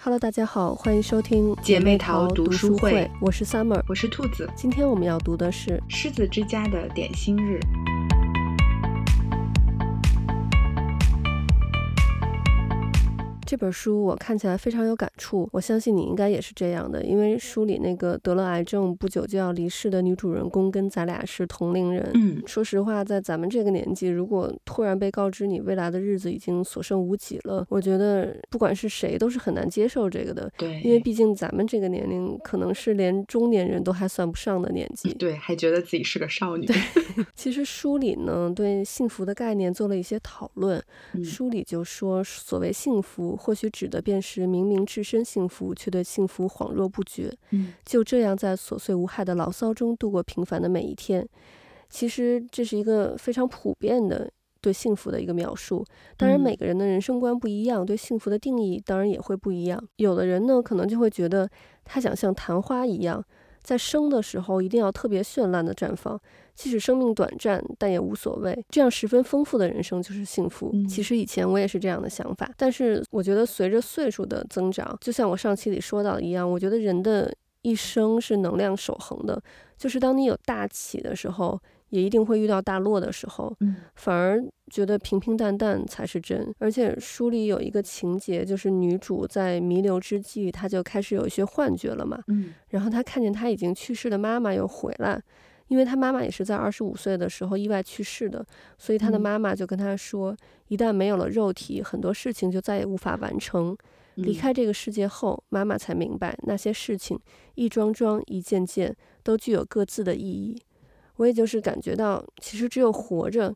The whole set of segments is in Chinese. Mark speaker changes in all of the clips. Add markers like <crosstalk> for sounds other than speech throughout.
Speaker 1: Hello，大家好，欢迎收听
Speaker 2: 姐妹淘读书
Speaker 1: 会，
Speaker 2: 会
Speaker 1: 我是 Summer，
Speaker 2: 我是兔子。
Speaker 1: 今天我们要读的是
Speaker 2: 狮子之家的点心日，
Speaker 1: 这本书，我看起来非常有感触，我相信你应该也是这样的，因为书里那个得了癌症不久就要离世的女主人公跟咱俩是同龄人。
Speaker 2: 嗯，
Speaker 1: 说实话，在咱们这个年纪，如果突然被告知你未来的日子已经所剩无几了，我觉得不管是谁都是很难接受这个的。
Speaker 2: 对，
Speaker 1: 因为毕竟咱们这个年龄，可能是连中年人都还算不上的年纪。
Speaker 2: 对还觉得自己是个少女，
Speaker 1: 其实书里呢，对幸福的概念做了一些讨论。
Speaker 2: 嗯
Speaker 1: 书里就说，所谓幸福，或许指的便是明明置身幸福，却对幸福恍若不觉，
Speaker 2: 嗯
Speaker 1: 就这样在琐碎无害的牢骚中度过平凡的每一天。其实这是一个非常普遍的对幸福的一个描述。当然，
Speaker 2: 嗯
Speaker 1: 每个人的人生观不一样，对幸福的定义当然也会不一样。有的人呢，可能就会觉得他想像昙花一样，在生的时候一定要特别绚烂的绽放，即使生命短暂，但也无所谓。这样十分丰富的人生就是幸福。
Speaker 2: 嗯
Speaker 1: 其实以前我也是这样的想法，但是我觉得随着岁数的增长，就像我上期里说到的一样，我觉得人的一生是能量守恒的，就是当你有大起的时候，也一定会遇到大落的时候。
Speaker 2: 嗯
Speaker 1: 反而觉得平平淡淡才是真。而且书里有一个情节，就是女主在弥留之际，她就开始有一些幻觉了嘛。
Speaker 2: 嗯
Speaker 1: 然后她看见她已经去世的妈妈又回来，因为她妈妈也是在二十五岁的时候意外去世的，所以她的
Speaker 2: 嗯
Speaker 1: 妈妈就跟她说，一旦没有了肉体，很多事情就再也无法完成。离开这个世界后，妈妈才明白那些事情一桩桩、一件件都具有各自的意义。我也就是感觉到，其实只有活着，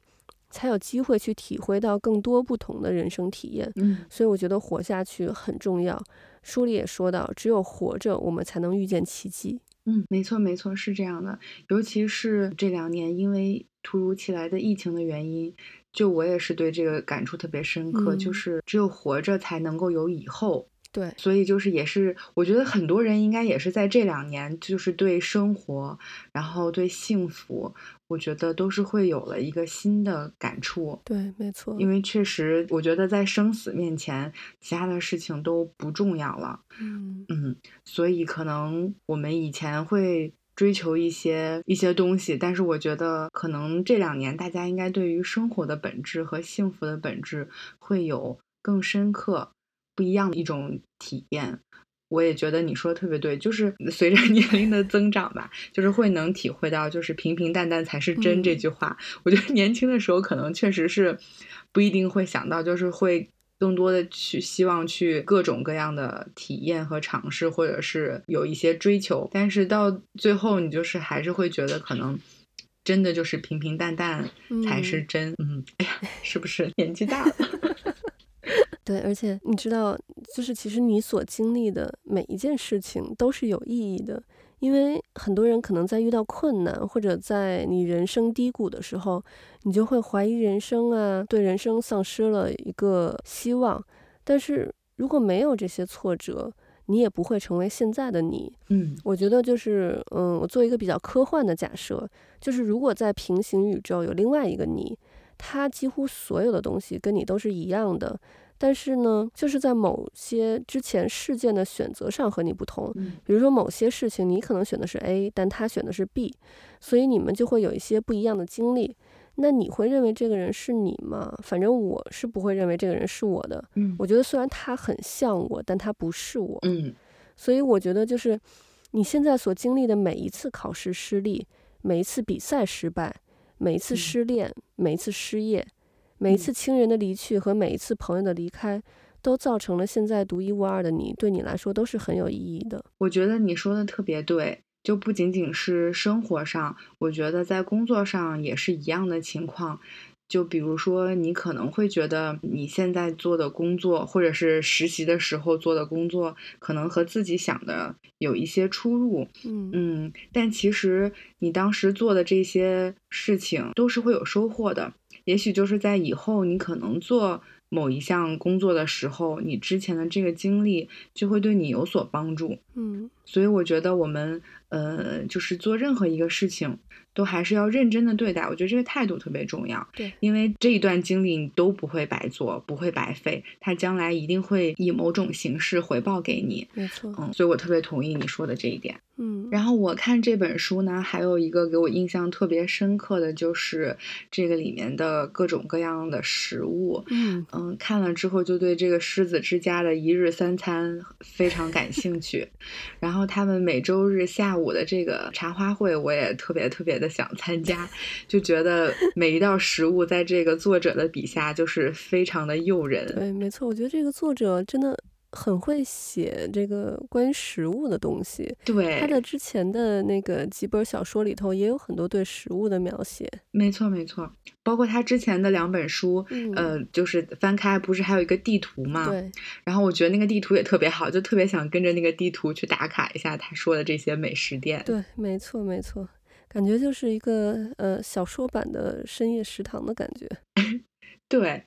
Speaker 1: 才有机会去体会到更多不同的人生体验。
Speaker 2: 嗯
Speaker 1: 所以我觉得活下去很重要。书里也说到，只有活着，我们才能遇见奇迹。
Speaker 2: 嗯，没错没错，是这样的。尤其是这两年，因为突如其来的疫情的原因，就我也是对这个感触特别深刻，就
Speaker 1: 嗯
Speaker 2: 是只有活着才能够有以后。
Speaker 1: 对，
Speaker 2: 所以就是也是，我觉得很多人应该也是在这两年，就是对生活，然后对幸福，我觉得都是会有了一个新的感触。
Speaker 1: 对，没错。
Speaker 2: 因为确实，我觉得在生死面前，其他的事情都不重要了。
Speaker 1: 嗯，
Speaker 2: 嗯，所以可能我们以前会追求一些一些东西，但是我觉得可能这两年大家应该对于生活的本质和幸福的本质会有更深刻、不一样的一种体验。我也觉得你说的特别对，就是随着 <laughs> 年龄的增长吧，就是会能体会到，就是平平淡淡才是真这
Speaker 1: 嗯
Speaker 2: 句话。我觉得年轻的时候可能确实是不一定会想到，就是会更多的去希望去各种各样的体验和尝试，或者是有一些追求。但是到最后，你就是还是会觉得可能。真的就是平平淡淡才是
Speaker 1: 嗯
Speaker 2: 真，嗯，哎呀，是不是年
Speaker 1: <laughs>
Speaker 2: 纪大了？
Speaker 1: 对，而且你知道，就是其实你所经历的每一件事情都是有意义的，因为很多人可能在遇到困难或者在你人生低谷的时候，你就会怀疑人生啊，对人生丧失了一个希望。但是如果没有这些挫折，你也不会成为现在的你。
Speaker 2: 嗯
Speaker 1: 我觉得就是，嗯，我做一个比较科幻的假设，就是如果在平行宇宙有另外一个你，他几乎所有的东西跟你都是一样的，但是呢，就是在某些之前事件的选择上和你不同。
Speaker 2: 嗯
Speaker 1: 比如说某些事情你可能选的是 A，但他选的是 B，所以你们就会有一些不一样的经历。那你会认为这个人是你吗？反正我是不会认为这个人是我的。
Speaker 2: 嗯
Speaker 1: 我觉得虽然他很像我，但他不是我。
Speaker 2: 嗯
Speaker 1: 所以我觉得就是你现在所经历的每一次考试失利，每一次比赛失败，每一次
Speaker 2: 嗯
Speaker 1: 失恋，每一次失业，每一次亲人的离去和每一次朋友的离开，都造成了现在独一无二的你，对你来说都是很有意义的。
Speaker 2: 我觉得你说的特别对，就不仅仅是生活上，我觉得在工作上也是一样的情况。就比如说，你可能会觉得你现在做的工作，或者是实习的时候做的工作，可能和自己想的有一些出入。
Speaker 1: 嗯
Speaker 2: 嗯，但其实你当时做的这些事情都是会有收获的。也许就是在以后你可能做某一项工作的时候，你之前的这个经历就会对你有所帮助。
Speaker 1: 嗯
Speaker 2: 所以我觉得我们呃，就是做任何一个事情，都还是要认真的对待。我觉得这个态度特别重要。
Speaker 1: 对，
Speaker 2: 因为这一段经历你都不会白做，不会白费，它将来一定会以某种形式回报给你。
Speaker 1: 没错，
Speaker 2: 嗯，所以我特别同意你说的这一点。
Speaker 1: 嗯，
Speaker 2: 然后我看这本书呢，还有一个给我印象特别深刻的就是这个里面的各种各样的食物。 <sniffs>
Speaker 1: 嗯
Speaker 2: 嗯，看了之后就对这个狮子之家的一日三餐非
Speaker 1: <laughs>
Speaker 2: 常感兴趣，然后他们每周日下午的这个茶话会，我也特别特别的想参加，就觉得每一道食物在这个作者的笔下就是非常的诱人。
Speaker 1: 对，没错，我觉得这个作者真的很会写这个关于食物的东西。
Speaker 2: 对，
Speaker 1: 他的之前的那个几本小说里头也有很多对食物的描写。
Speaker 2: 没错没错，包括他之前的两本书，
Speaker 1: 嗯
Speaker 2: 呃，啊就是翻开不是还有一个地图嘛，
Speaker 1: 对，
Speaker 2: 然后我觉得那个地图也特别好，就特别想跟着那个地图去打卡一下他说的这些美食店。
Speaker 1: 对，没错，没错，感觉就是一个呃小说版的深夜食堂的感觉。
Speaker 2: 对，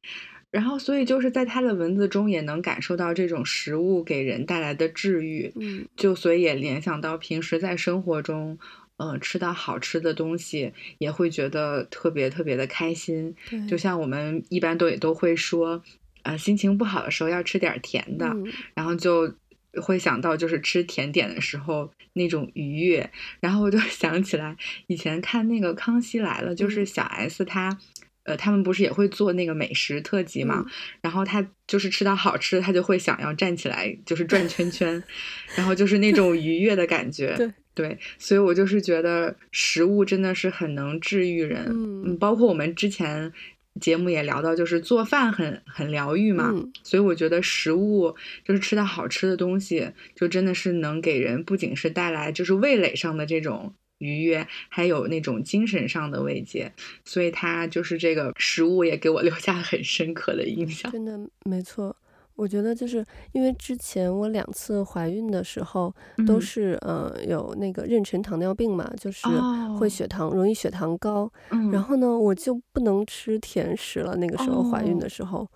Speaker 2: 然后所以就是在他的文字中也能感受到这种食物给人带来的治愈，
Speaker 1: 嗯，
Speaker 2: 就所以也联想到平时在生活中，呃，吃到好吃的东西也会觉得特别特别的开心。
Speaker 1: 对，
Speaker 2: 就像我们一般都也都会说，呃，心情不好的时候要吃点儿甜的，
Speaker 1: 嗯，
Speaker 2: 然后就会想到就是吃甜点的时候那种愉悦，然后我就 <laughs> 想起来以前看那个《康熙来了》，就是
Speaker 1: 嗯
Speaker 2: 小 S 她。呃，他们不是也会做那个美食特辑嘛？
Speaker 1: 嗯
Speaker 2: 然后她就是吃到好吃的，她就会想要站起来，就是转圈圈，然后就是那种愉悦的感觉。
Speaker 1: 对
Speaker 2: 对，所以我就是觉得食物真的是很能治愈人。
Speaker 1: 嗯
Speaker 2: 嗯，包括我们之前节目也聊到，就是做饭很很疗愈嘛。
Speaker 1: 嗯
Speaker 2: 所以我觉得食物就是吃到好吃的东西，就真的是能给人不仅是带来就是味蕾上的这种愉悦，还有那种精神上的慰藉。所以它就是这个食物也给我留下很深刻的印象。
Speaker 1: 真的没错。我觉得就是因为之前我两次怀孕的时候都
Speaker 2: 嗯
Speaker 1: 是、呃有那个妊娠糖尿病嘛，就是
Speaker 2: 哦
Speaker 1: 会血糖、容易血糖高，
Speaker 2: 嗯，
Speaker 1: 然后呢我就不能吃甜食了。那个时候怀孕的
Speaker 2: 哦
Speaker 1: 时候，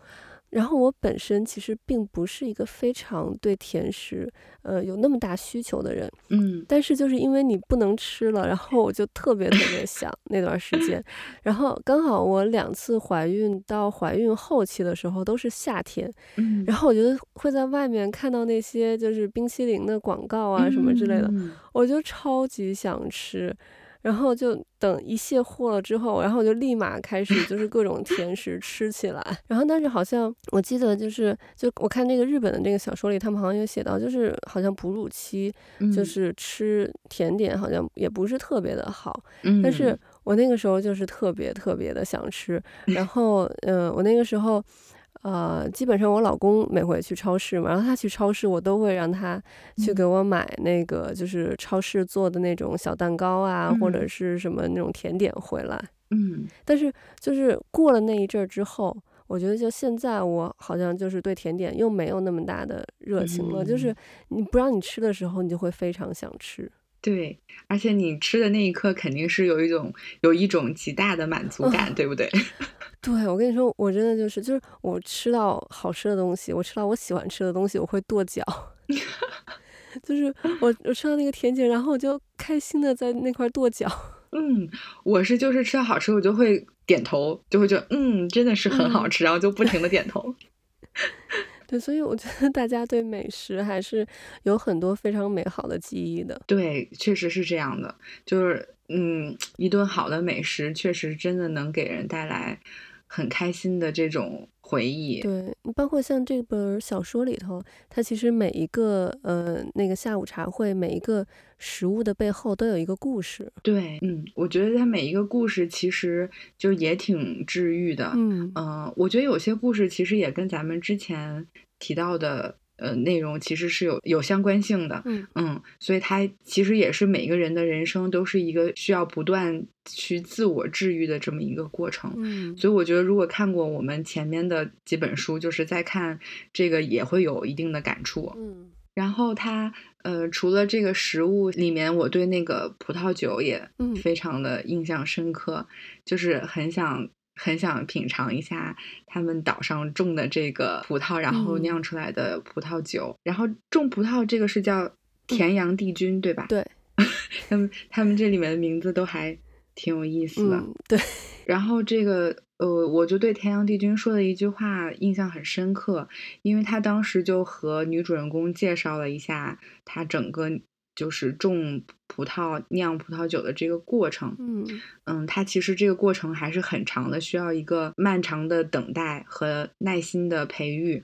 Speaker 1: 然后我本身其实并不是一个非常对甜食呃有那么大需求的人，
Speaker 2: 嗯
Speaker 1: 但是就是因为你不能吃了，然后我就特别特别想那段时间，然后刚好我两次怀孕到怀孕后期的时候都是夏天，
Speaker 2: 嗯，
Speaker 1: 然后我觉得会在外面看到那些就是冰淇淋的广告啊什么之类的，
Speaker 2: 嗯
Speaker 1: 我就超级想吃。然后就等一卸货了之后，然后我就立马开始就是各种甜食吃起来。然后但是好像我记得就是就我看那个日本的那个小说里，他们好像有写到，就是好像哺乳期
Speaker 2: 嗯
Speaker 1: 就是吃甜点好像也不是特别的好。
Speaker 2: 嗯，
Speaker 1: 但是我那个时候就是特别特别的想吃，然后呃，我那个时候。呃，基本上我老公每回去超市嘛，然后他去超市，我都会让他去
Speaker 2: 嗯
Speaker 1: 给我买那个就是超市做的那种小蛋糕啊，或者
Speaker 2: 嗯
Speaker 1: 是什么那种甜点回来。
Speaker 2: 嗯
Speaker 1: 但是就是过了那一阵儿之后，我觉得就现在我好像就是对甜点又没有那么大的热情了，就是
Speaker 2: 嗯
Speaker 1: 你不让你吃的时候，你就会非常想吃。
Speaker 2: 对，而且你吃的那一刻肯定是有一种有一种极大的满足
Speaker 1: 哦
Speaker 2: 感，对不对？
Speaker 1: 对，我跟你说，我真的就是，就是我吃到好吃的东西，我吃到我喜欢吃的东西，我会跺脚。就是我我吃到那个甜点，然后我就开心的在那块儿跺脚。
Speaker 2: 嗯，我是就是吃好吃，我就会点头，就会觉得嗯，真的是很好
Speaker 1: 嗯
Speaker 2: 吃，然后就不停的点头。 <laughs>
Speaker 1: 对，所以我觉得大家对美食还是有很多非常美好的记忆的。
Speaker 2: 对，确实是这样的，就是嗯，一顿好的美食确实真的能给人带来很开心的这种回忆。
Speaker 1: 对，包括像这本儿小说里头，它其实每一个呃那个下午茶会，每一个食物的背后都有一个故事。
Speaker 2: 对，嗯，我觉得它每一个故事其实就也挺治愈的。
Speaker 1: 嗯
Speaker 2: 呃，我觉得有些故事其实也跟咱们之前提到的呃内容其实是有有相关性的，
Speaker 1: 嗯，
Speaker 2: 嗯，所以它其实也是每个人的人生都是一个需要不断去自我治愈的这么一个过程。
Speaker 1: 嗯，
Speaker 2: 所以我觉得，如果看过我们前面的几本书，就是再看这个也会有一定的感触。
Speaker 1: 嗯，
Speaker 2: 然后它呃，除了这个食物里面，我对那个葡萄酒也
Speaker 1: 嗯，
Speaker 2: 非常的印象深刻，就是很想很想品尝一下他们岛上种的这个葡萄，然后
Speaker 1: 嗯，
Speaker 2: 酿出来的葡萄酒。然后种葡萄这个是叫田阳帝君，对吧？
Speaker 1: 对，
Speaker 2: 他们他们这里面的名字都还挺有意思的。
Speaker 1: 嗯，对，
Speaker 2: 然后这个呃，我就对田阳帝君说的一句话印象很深刻，因为他当时就和女主人公介绍了一下他整个就是种葡萄酿葡萄酒的这个过程。
Speaker 1: 嗯
Speaker 2: 嗯，它其实这个过程还是很长的，需要一个漫长的等待和耐心的培育。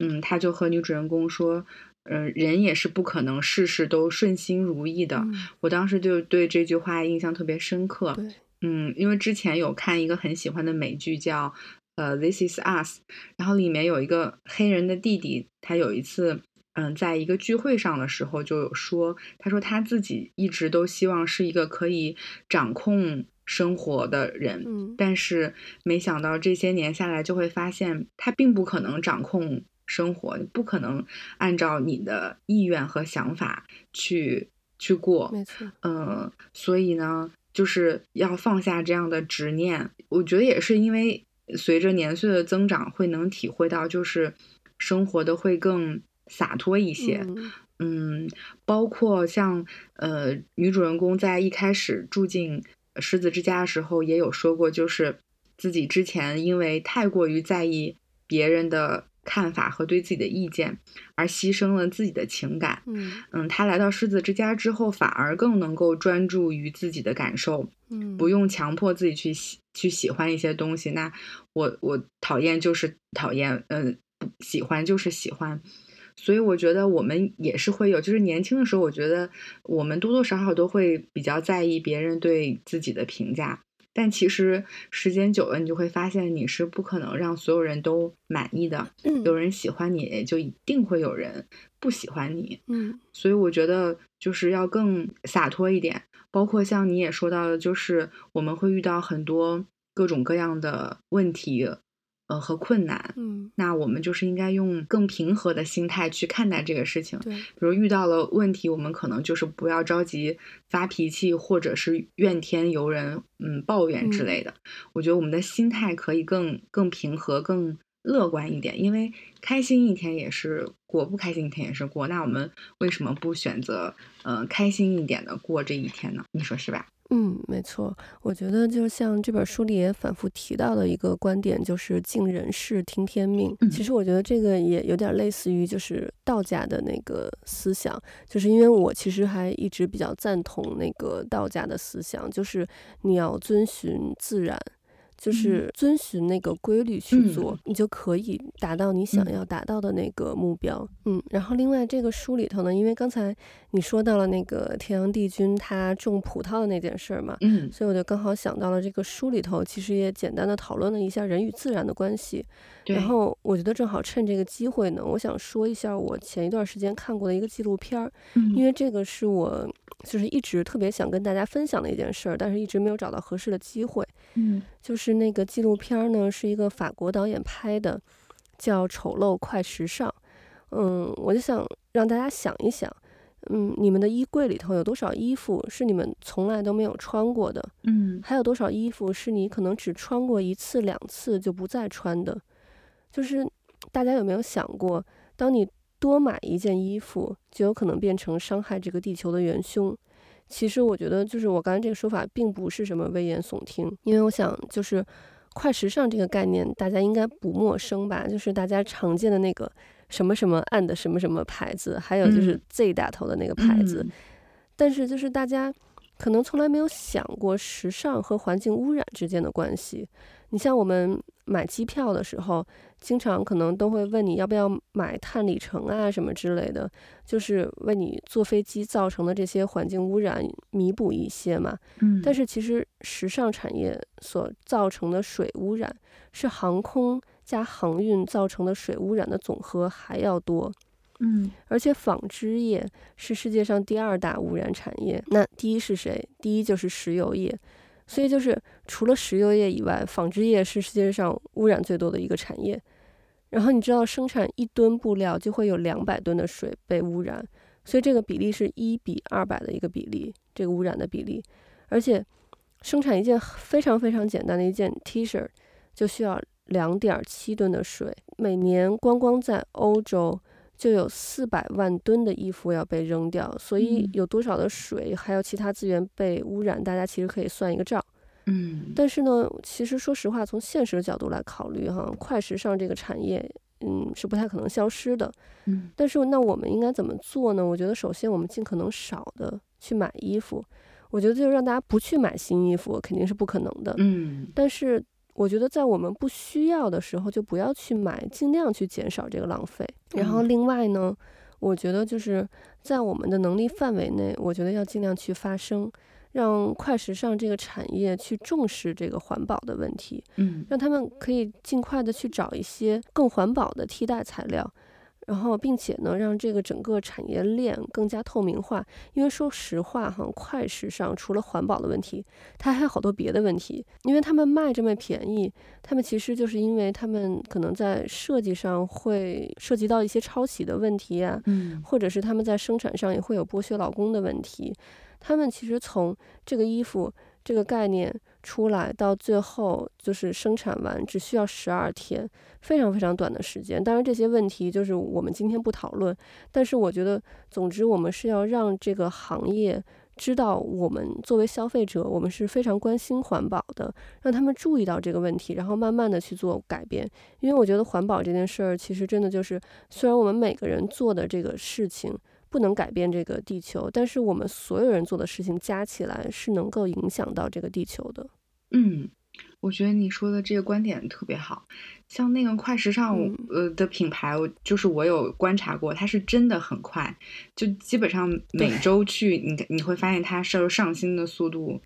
Speaker 2: 嗯，他就和女主人公说，嗯、人也是不可能事事都顺心如意的。
Speaker 1: 嗯
Speaker 2: 我当时就对这句话印象特别深刻。
Speaker 1: 对，
Speaker 2: 嗯，因为之前有看一个很喜欢的美剧叫呃《This Is Us》，然后里面有一个黑人的弟弟，他有一次嗯在一个聚会上的时候就有说，他说他自己一直都希望是一个可以掌控生活的人，
Speaker 1: 嗯
Speaker 2: 但是没想到这些年下来，就会发现他并不可能掌控生活，不可能按照你的意愿和想法去去过。
Speaker 1: 没错，
Speaker 2: 嗯，所以呢，就是要放下这样的执念。我觉得也是因为随着年岁的增长，会能体会到，就是生活的会更洒脱一些。
Speaker 1: 嗯
Speaker 2: 嗯，包括像呃，女主人公在一开始住进呃狮子之家的时候，也有说过，就是自己之前因为太过于在意别人的看法和对自己的意见，而牺牲了自己的情感。
Speaker 1: 嗯
Speaker 2: 嗯，她来到狮子之家之后，反而更能够专注于自己的感受，
Speaker 1: 嗯，
Speaker 2: 不用强迫自己去喜去喜欢一些东西。那我我讨厌就是讨厌，嗯、不喜欢就是喜欢。所以我觉得我们也是会有，就是年轻的时候，我觉得我们多多少少都会比较在意别人对自己的评价。但其实时间久了，你就会发现你是不可能让所有人都满意的。
Speaker 1: 嗯
Speaker 2: 有人喜欢你，就一定会有人不喜欢你。
Speaker 1: 嗯
Speaker 2: 所以我觉得就是要更洒脱一点。包括像你也说到的，就是我们会遇到很多各种各样的问题，呃和困难。
Speaker 1: 嗯，
Speaker 2: 那我们就是应该用更平和的心态去看待这个事情。
Speaker 1: 对，
Speaker 2: 比如遇到了问题，我们可能就是不要着急发脾气，或者是怨天尤人，嗯，抱怨之
Speaker 1: 嗯
Speaker 2: 类的。我觉得我们的心态可以更更平和、更乐观一点，因为开心一天也是过，不开心一天也是过。那我们为什么不选择呃开心一点的过这一天呢？你说是吧？
Speaker 1: 嗯，没错，我觉得就像这本书里也反复提到的一个观点，就是尽人事，听天命。
Speaker 2: 嗯
Speaker 1: 其实我觉得这个也有点类似于就是道家的那个思想，就是因为我其实还一直比较赞同那个道家的思想，就是你要遵循自然。就是遵循那个规律去
Speaker 2: 嗯
Speaker 1: 做，你就可以达到你想
Speaker 2: 嗯
Speaker 1: 要达到的那个目标。嗯，然后另外这个书里头呢，因为刚才你说到了那个天阳帝君他种葡萄的那件事儿嘛，
Speaker 2: 嗯
Speaker 1: 所以我就刚好想到了这个书里头，其实也简单的讨论了一下人与自然的关系。
Speaker 2: 对，
Speaker 1: 然后我觉得正好趁这个机会呢，我想说一下我前一段时间看过的一个纪录片儿，因
Speaker 2: 嗯
Speaker 1: 为这个是我就是一直特别想跟大家分享的一件事儿，但是一直没有找到合适的机会。
Speaker 2: 嗯
Speaker 1: 就是那个纪录片儿呢，是一个法国导演拍的，叫《丑陋快时尚》。嗯，我就想让大家想一想，嗯，你们的衣柜里头有多少衣服是你们从来都没有穿过的？
Speaker 2: 嗯
Speaker 1: 还有多少衣服是你可能只穿过一次、两次就不再穿的？就是大家有没有想过，当你多买一件衣服，就有可能变成伤害这个地球的元凶？其实我觉得，就是我刚才这个说法并不是什么危言耸听，因为我想就是。快时尚这个概念，大家应该不陌生吧？就是大家常见的那个什么什么 and 什么什么牌子，还有就是
Speaker 2: 嗯
Speaker 1: Z 打头的那个牌子，
Speaker 2: 嗯
Speaker 1: 但是就是大家可能从来没有想过时尚和环境污染之间的关系。你像我们买机票的时候，经常可能都会问你要不要买碳里程啊什么之类的，就是为你坐飞机造成的这些环境污染弥补一些嘛。
Speaker 2: 嗯，
Speaker 1: 但
Speaker 2: 是
Speaker 1: 是其实时尚产业所造成的水污染，是航空加航运造成的水污染的总和还要多。
Speaker 2: 嗯
Speaker 1: 而且纺织业是世界上第二大污染产业。那第一是谁？第一就是石油业。所以就是除了石油业以外，纺织业是世界上污染最多的一个产业。然后你知道，生产一吨布料就会有两百吨的水被污染，所以这个比例是一比二百的一个比例，这个污染的比例。而且生产一件非常非常简单的一件 T 恤，就需要两点七吨的水。每年光光在欧洲就有四百万吨的衣服要被扔掉，所以
Speaker 2: 嗯
Speaker 1: 有多少的水还有其他资源被污染，大家其实可以算一个账。
Speaker 2: 嗯，
Speaker 1: 但是呢，其实说实话，从现实的角度来考虑，哈，快时尚这个产业，嗯，是不太可能消失的。
Speaker 2: 嗯
Speaker 1: 但是那我们应该怎么做呢？我觉得首先我们尽可能少的去买衣服，我觉得就让大家不去买新衣服肯定是不可能的。
Speaker 2: 嗯
Speaker 1: 但是我觉得在我们不需要的时候就不要去买，尽量去减少这个浪费。然后
Speaker 2: 嗯
Speaker 1: 另外呢，我觉得就是在我们的能力范围内，我觉得要尽量去发声。让快时尚这个产业去重视这个环保的问题，
Speaker 2: 嗯
Speaker 1: 让他们可以尽快的去找一些更环保的替代材料，然后并且呢，让这个整个产业链更加透明化。因为说实话哈，快时尚除了环保的问题，它还有好多别的问题。因为他们卖这么便宜，他们其实就是因为他们可能在设计上会涉及到一些抄袭的问题啊呀、
Speaker 2: 嗯
Speaker 1: 或者是他们在生产上也会有剥削劳工的问题。他们其实从这个衣服这个概念出来到最后就是生产完只需要十二天，非常非常短的时间。当然这些问题就是我们今天不讨论，但是我觉得，总之我们是要让这个行业。知道我们作为消费者，我们是非常关心环保的，让他们注意到这个问题，然后慢慢的去做改变。因为我觉得环保这件事儿，其实真的就是，虽然我们每个人做的这个事情不能改变这个地球，但是我们所有人做的事情加起来是能够影响到这个地球的。
Speaker 2: 嗯，我觉得你说的这个观点特别好，像那个快时尚
Speaker 1: 嗯
Speaker 2: 呃的品牌，我就是我有观察过，它是真的很快，就基本上每
Speaker 1: 对
Speaker 2: 周去，你你会发现它是上新的速度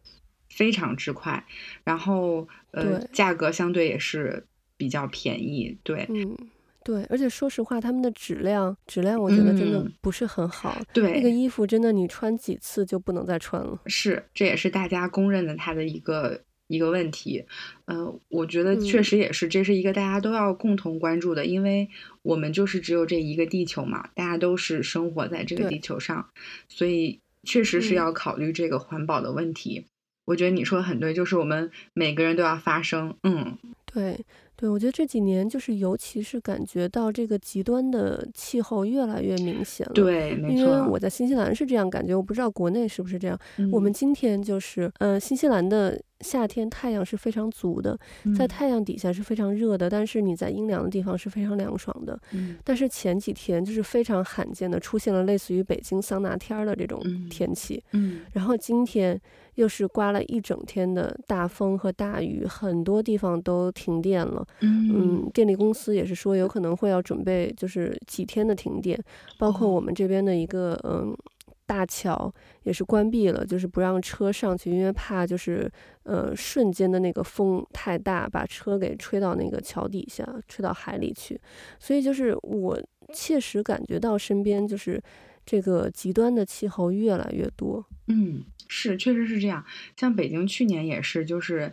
Speaker 2: 非常之快，然后呃
Speaker 1: 对
Speaker 2: 价格相对也是比较便宜，对
Speaker 1: 嗯，对，而且说实话，他们的质量，质量我觉得真的
Speaker 2: 嗯
Speaker 1: 不是很好。
Speaker 2: 对，
Speaker 1: 那个衣服真的你穿几次就不能再穿了。
Speaker 2: 是，这也是大家公认的它的一个一个问题。呃，我觉得确
Speaker 1: 嗯
Speaker 2: 实也是，这是一个大家都要共同关注的，因为我们就是只有这一个地球嘛，大家都是生活在这个
Speaker 1: 对
Speaker 2: 地球上，所以确实是
Speaker 1: 嗯
Speaker 2: 要考虑这个环保的问题。我觉得你说的很对，就是我们每个人都要发声。嗯
Speaker 1: 对对，我觉得这几年就是，尤其是感觉到这个极端的气候越来越明显了。
Speaker 2: 对，没
Speaker 1: 呃因为我
Speaker 2: 错。
Speaker 1: 在新西兰是这样感觉，我不知道国内是不是这样。我们
Speaker 2: 嗯
Speaker 1: 今天就是，呃，新西兰的夏天太阳是非常足的，在
Speaker 2: 嗯
Speaker 1: 太阳底下是非常热的，但是你在阴凉的地方是非常凉爽的。
Speaker 2: 嗯
Speaker 1: 但是前几天就是非常罕见的出现了类似于北京桑拿天儿的这种
Speaker 2: 嗯
Speaker 1: 天气，
Speaker 2: 嗯
Speaker 1: 然后今天又是刮了一整天的大风和大雨，很多地方都停电了。
Speaker 2: 嗯
Speaker 1: 嗯，电力公司也是说有可能会要准备就是几天的停电，包括我
Speaker 2: 哦
Speaker 1: 们这边的一个嗯大桥也是关闭了，就是不让车上去，因为怕就是呃瞬间的那个风太大，把车给吹到那个桥底下，吹到海里去。所以就是我切实感觉到身边就是这个极端的气候越来越多。
Speaker 2: 嗯，是，确实是这样。像北京去年也是，就是，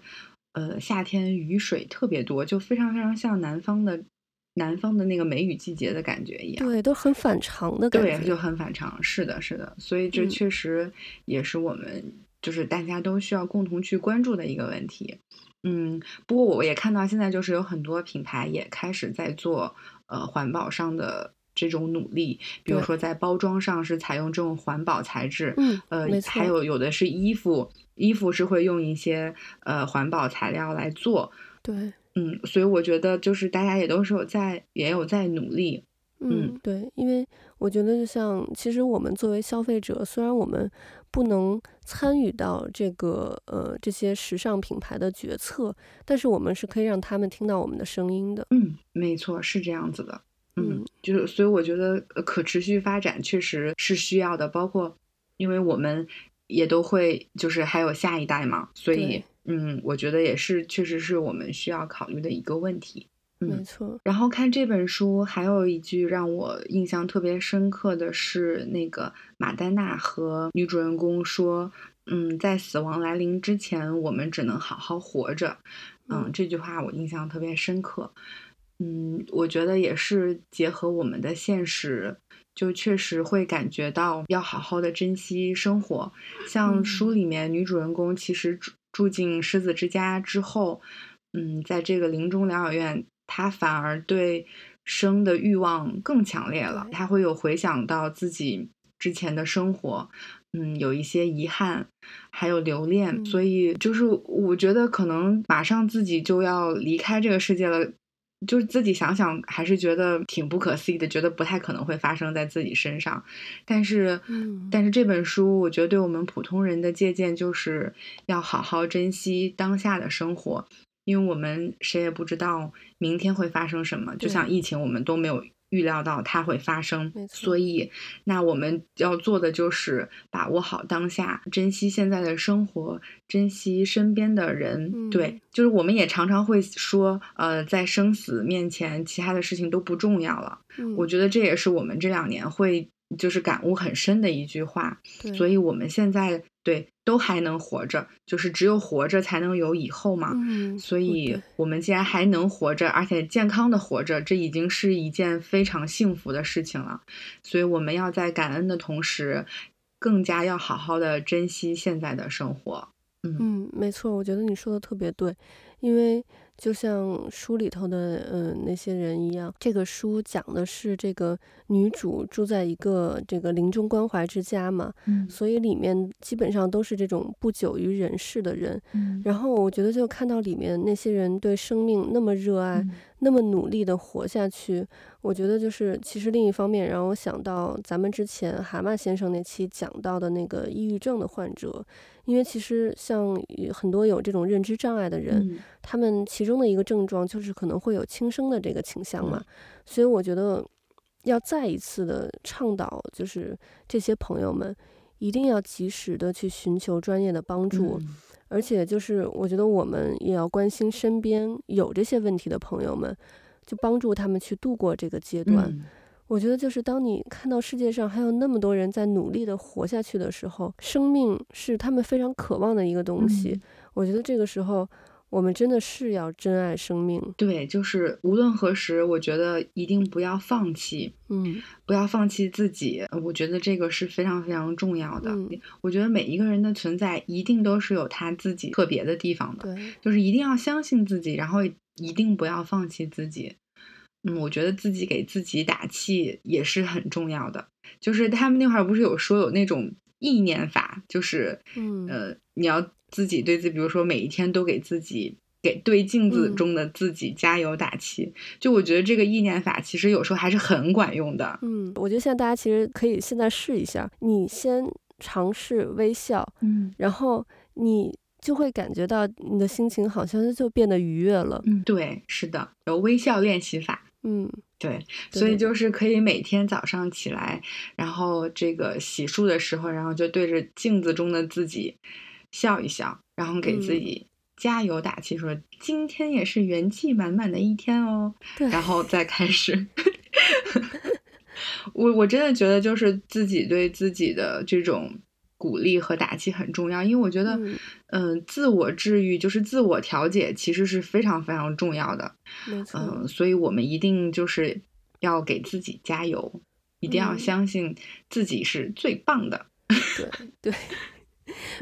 Speaker 2: 呃，夏天雨水特别多，就非常非常像南方的南方的那个梅雨季节的感觉一样。
Speaker 1: 对，都很反常的感
Speaker 2: 对，
Speaker 1: 觉。
Speaker 2: 就很反常。是的，是的。所以这
Speaker 1: 嗯，
Speaker 2: 确实也是我们就是大家都需要共同去关注的一个问题。嗯，不过我也看到现在就是有很多品牌也开始在做呃环保上的这种努力，比如
Speaker 1: 对，
Speaker 2: 说在包装上是采用这种环保材质，
Speaker 1: 嗯，
Speaker 2: 呃，
Speaker 1: 没错，
Speaker 2: 还有有的是衣服，衣服是会用一些呃环保材料来做，
Speaker 1: 对。
Speaker 2: 嗯，所以我觉得就是大家也都是有在也有在努力，嗯
Speaker 1: 嗯，对，因为我觉得就像，其实我们作为消费者，虽然我们不能参与到这个呃这些时尚品牌的决策，但是我们是可以让他们听到我们的声音的。
Speaker 2: 嗯，没错，是这样子的。嗯，
Speaker 1: 嗯
Speaker 2: 就是所以我觉得呃可持续发展确实是需要的，包括因为我们也都会就是还有下一代嘛，所以
Speaker 1: 对，
Speaker 2: 嗯，我觉得也是确实是我们需要考虑的一个问题。嗯，
Speaker 1: 没错。
Speaker 2: 然后看这本书还有一句让我印象特别深刻的是那个马丹娜和女主人公说，嗯，在死亡来临之前，我们只能好好活着。嗯，
Speaker 1: 嗯
Speaker 2: 这句话我印象特别深刻。嗯，我觉得也是结合我们的现实，就确实会感觉到要好好的珍惜生活。像书
Speaker 1: 嗯
Speaker 2: 里面女主人公其实住住进狮子之家之后，嗯，在这个临终疗养院，她反而对生的欲望更强烈了，他会有回想到自己之前的生活，嗯，有一些遗憾，还有留恋，
Speaker 1: 嗯
Speaker 2: 所以就是我觉得可能马上自己就要离开这个世界了。就是自己想想，还是觉得挺不可思议的，觉得不太可能会发生在自己身上。但是，
Speaker 1: 嗯
Speaker 2: 但是这本书，我觉得对我们普通人的借鉴就是要好好珍惜当下的生活，因为我们谁也不知道明天会发生什么。
Speaker 1: 对
Speaker 2: 就像疫情，我们都没有预料到它会发生
Speaker 1: 没，错
Speaker 2: 所以那我们要做的就是把握好当下，珍惜现在的生活，珍惜身边的人。对
Speaker 1: 嗯，
Speaker 2: 就是我们也常常会说，呃，在生死面前，其他的事情都不重要了。
Speaker 1: 嗯，
Speaker 2: 我觉得这也是我们这两年会就是感悟很深的一句话，
Speaker 1: 对
Speaker 2: 所以我们现在对都还能活着，就是只有活着才能有以后嘛。
Speaker 1: 嗯，
Speaker 2: 所
Speaker 1: 哦
Speaker 2: 以
Speaker 1: 对，
Speaker 2: 我们既然还能活着，而且健康的活着，这已经是一件非常幸福的事情了。所以我们要在感恩的同时，更加要好好的珍惜现在的生活。嗯
Speaker 1: 嗯，没错，我觉得你说的特别对，因为就像书里头的呃那些人一样，这个书讲的是这个女主住在一个这个临终关怀之家嘛，
Speaker 2: 嗯
Speaker 1: 所以里面基本上都是这种不久于人世的人。
Speaker 2: 嗯
Speaker 1: 然后我觉得就看到里面那些人对生命那么热爱，那么努力的活下去，我觉得就是其实另一方面让我想到咱们之前蛤蟆先生那期讲到的那个抑郁症的患者，因为其实像很多有这种认知障碍的人，
Speaker 2: 嗯
Speaker 1: 他们其中的一个症状就是可能会有轻生的这个倾向嘛
Speaker 2: 嗯，
Speaker 1: 所以我觉得要再一次的倡导，就是这些朋友们一定要及时的去寻求专业的帮助。
Speaker 2: 嗯
Speaker 1: 而且就是我觉得我们也要关心身边有这些问题的朋友们，就帮助他们去度过这个阶段。
Speaker 2: 嗯
Speaker 1: 我觉得就是当你看到世界上还有那么多人在努力的活下去的时候，生命是他们非常渴望的一个东西。
Speaker 2: 嗯
Speaker 1: 我觉得这个时候我们真的是要珍爱生命。
Speaker 2: 对，就是无论何时，我觉得一定不要放弃，
Speaker 1: 嗯
Speaker 2: 不要放弃自己。呃我觉得这个是非常非常重要的。
Speaker 1: 嗯，
Speaker 2: 我觉得每一个人的存在一定都是有他自己特别的地方的，
Speaker 1: 对，
Speaker 2: 就是一定要相信自己，然后一定不要放弃自己。嗯，我觉得自己给自己打气也是很重要的。就是他们那会儿不是有说有那种意念法，就是
Speaker 1: 嗯
Speaker 2: 呃，你要自己对自己，比如说每一天都给自己给对镜子
Speaker 1: 嗯
Speaker 2: 中的自己加油打气。就我觉得这个意念法其实有时候还是很管用的。
Speaker 1: 嗯，我觉得现在大家其实可以现在试一下，你先尝试微笑，
Speaker 2: 嗯
Speaker 1: 然后你就会感觉到你的心情好像就变得愉悦了。
Speaker 2: 嗯，对，是的，有微笑练习法。
Speaker 1: 嗯，
Speaker 2: 对，
Speaker 1: 对
Speaker 2: 所以
Speaker 1: 对
Speaker 2: 就
Speaker 1: 对
Speaker 2: 是可以每天早上起来，然后这个洗漱的时候，然后就对着镜子中的自己笑一笑，然后给自
Speaker 1: 嗯
Speaker 2: 己加油打气，说今天也是元气满满的一
Speaker 1: <laughs>
Speaker 2: 天哦，
Speaker 1: 对，
Speaker 2: 然后再开始。 <laughs> 我我真的觉得就是自己对自己的这种鼓励和打气很重要，因为我觉得，
Speaker 1: 嗯
Speaker 2: 嗯、自我治愈就是自我调节，其实是非常非常重要的。
Speaker 1: 没错，
Speaker 2: 嗯，所以我们一定就是要给自己加油，一定要
Speaker 1: 嗯
Speaker 2: 相信自己是最棒的。 <laughs> 嗯
Speaker 1: 对对，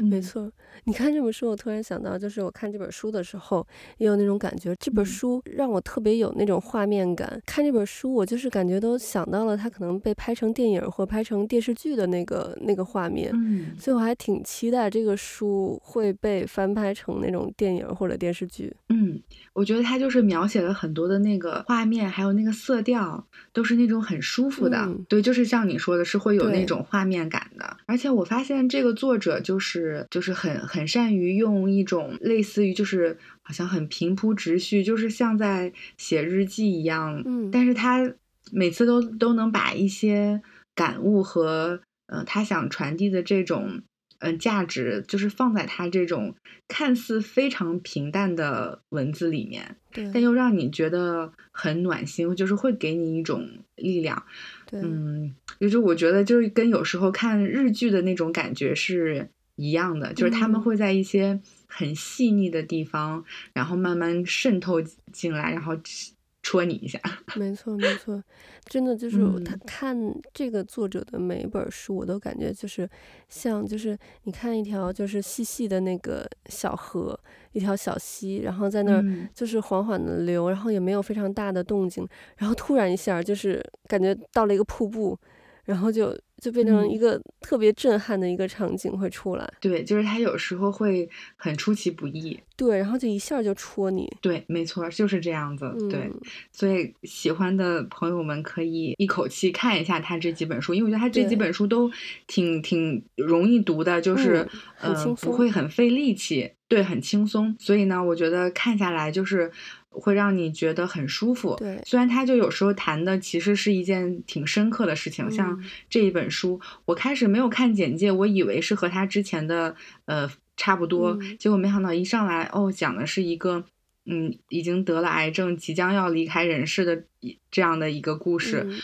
Speaker 1: 没错。你看这本书，我突然想到，就是我看这本书的时候，也有那种感觉。这本
Speaker 2: 嗯
Speaker 1: 书让我特别有那种画面感。看这本书，我就是感觉都想到了它可能被拍成电影或拍成电视剧的那个那个画面。
Speaker 2: 嗯，
Speaker 1: 所以我还挺期待这个书会被翻拍成那种电影或者电视剧。
Speaker 2: 嗯，我觉得它就是描写了很多的那个画面，还有那个色调，都是那种很舒服的。
Speaker 1: 嗯
Speaker 2: 对，就是像你说的，是会有那
Speaker 1: 对
Speaker 2: 种画面感的。而且我发现这个作者就是就是很很善于用一种类似于就是好像很平铺直叙，就是像在写日记一样，
Speaker 1: 嗯，
Speaker 2: 但是他每次都都能把一些感悟和呃他想传递的这种嗯、呃价值，就是放在他这种看似非常平淡的文字里面，
Speaker 1: 对
Speaker 2: 但又让你觉得很暖心，就是会给你一种力量。
Speaker 1: 对，
Speaker 2: 嗯，就是我觉得就是跟有时候看日剧的那种感觉是一样的，就是他们
Speaker 1: 嗯
Speaker 2: 会在一些很细腻的地方，然后慢慢渗透进来，然后戳你一下。
Speaker 1: <laughs> 没错，没错，真的就是
Speaker 2: 嗯
Speaker 1: 他看这个作者的每一本书，我都感觉就是像就是你看一条就是细细的那个小河，一条小溪，然后在那儿
Speaker 2: 嗯
Speaker 1: 就是缓缓的流，然后也没有非常大的动静，然后突然一下儿就是感觉到了一个瀑布，然后就就变成
Speaker 2: 嗯
Speaker 1: 一个特别震撼的一个场景会出来，
Speaker 2: 对，就是他有时候会很出其不意。
Speaker 1: 对，然后就一下儿就戳你，
Speaker 2: 对，没错，就是这样子。
Speaker 1: 嗯，
Speaker 2: 对，所以喜欢的朋友们可以一口气看一下他这几本书，因为我觉得他这
Speaker 1: 对
Speaker 2: 几本书都挺挺容易读的，就是、
Speaker 1: 嗯很
Speaker 2: 呃
Speaker 1: 轻
Speaker 2: 不
Speaker 1: 松
Speaker 2: 会很费力气，对，很轻松。所以呢，我觉得看下来就是会让你觉得很舒服。
Speaker 1: 对，
Speaker 2: 虽然他就有时候谈的其实是一件挺深刻的事情，像
Speaker 1: 嗯
Speaker 2: 这一本书，我开始没有看简介，我以为是和他之前的呃差不多，
Speaker 1: 嗯
Speaker 2: 结果没想到一上来哦，讲的是一个嗯已经得了癌症、即将要离开人世的一这样的一个故事。
Speaker 1: 嗯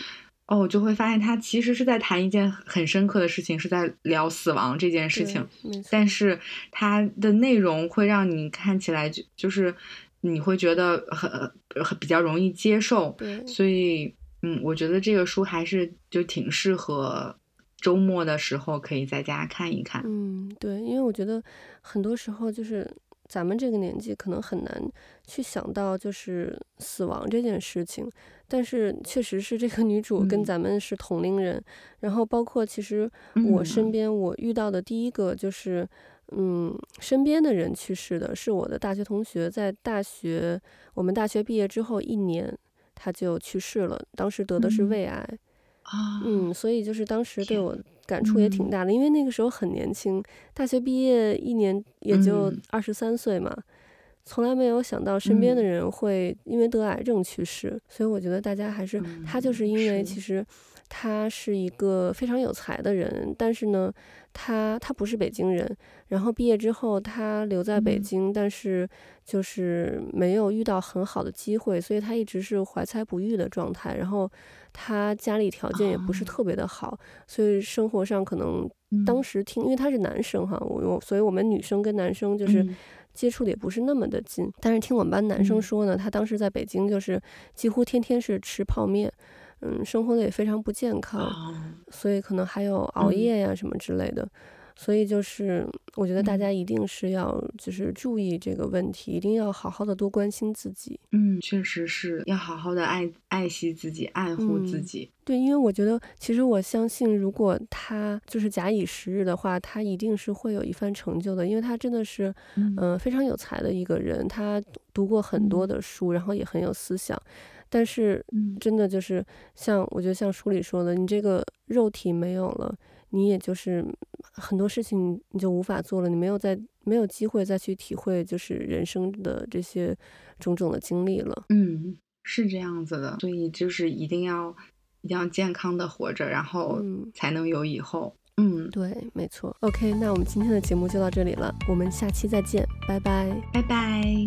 Speaker 2: 哦，就会发现他其实是在谈一件很深刻的事情，是在聊死亡这件事
Speaker 1: 对
Speaker 2: 情。
Speaker 1: 没错，
Speaker 2: 但是它的内容会让你看起来就就是你会觉得很很比较容易接受，
Speaker 1: 对，
Speaker 2: 所以嗯，我觉得这个书还是就挺适合周末的时候可以在家看一看。
Speaker 1: 嗯，对，因为我觉得很多时候就是咱们这个年纪可能很难去想到就是死亡这件事情，但是确实是这个女主跟
Speaker 2: 嗯
Speaker 1: 咱们是同龄人，然后包括其实
Speaker 2: 嗯
Speaker 1: 我身边我遇到的第一个就是。嗯，身边的人去世的是我的大学同学，在大学我们大学毕业之后一年，他就去世了，当时得的是
Speaker 2: 嗯
Speaker 1: 胃癌。
Speaker 2: 啊，
Speaker 1: 嗯，所以就是当时对
Speaker 2: 天
Speaker 1: 我感触也挺
Speaker 2: 嗯
Speaker 1: 大的，因为那个时候很年轻，大学毕业一年也就
Speaker 2: 嗯
Speaker 1: 二十三岁嘛，从来没有想到身边的
Speaker 2: 嗯
Speaker 1: 人会因为得癌症去世，所以我觉得大家还是他就
Speaker 2: 嗯
Speaker 1: 是因为
Speaker 2: 是
Speaker 1: 其实他是一个非常有才的人，但是呢，他他不是北京人，然后毕业之后他留在北
Speaker 2: 嗯
Speaker 1: 京，但是就是没有遇到很好的机会，所以他一直是怀才不遇的状态，然后。他家里条件也不是
Speaker 2: 哦
Speaker 1: 特别的好，所以生活上可能
Speaker 2: 嗯
Speaker 1: 当时听，因为他是男生哈，我我所以我们女生跟男生就是
Speaker 2: 嗯
Speaker 1: 接触的也不是那么的近。但是听我们班男生
Speaker 2: 嗯
Speaker 1: 说呢，他当时在北京就是几乎天天是吃泡面，嗯，生活的也非常不健康，
Speaker 2: 哦
Speaker 1: 所以可能还有熬
Speaker 2: 嗯
Speaker 1: 夜呀、什么之类的。所以就是，我觉得大
Speaker 2: 嗯
Speaker 1: 家一定是要就是注意这个问题，一定要好好的多关心自己。
Speaker 2: 嗯，确实是要好好的爱爱惜自己，爱护自
Speaker 1: 嗯
Speaker 2: 己。
Speaker 1: 对，因为我觉得，其实我相信，如果他就是假以时日的话，他一定是会有一番成就的，因为他真的是，
Speaker 2: 嗯
Speaker 1: 嗯、非常有才的一个人，他读过很多的书，然后也很有思想，但是
Speaker 2: 嗯
Speaker 1: 真的就是像我觉得像书里说的，你这个肉体没有了，你也就是很多事情你就无法做了，你没有再没有机会再去体会就是人生的这些种种的经历了。
Speaker 2: 嗯，是这样子的，所以就是一定要一定要健康的活着，然后
Speaker 1: 嗯
Speaker 2: 才能有以后。嗯，
Speaker 1: 对，没错。OK，那我们今天的节目就到这里了，我们下期再见，拜拜。
Speaker 2: 拜拜。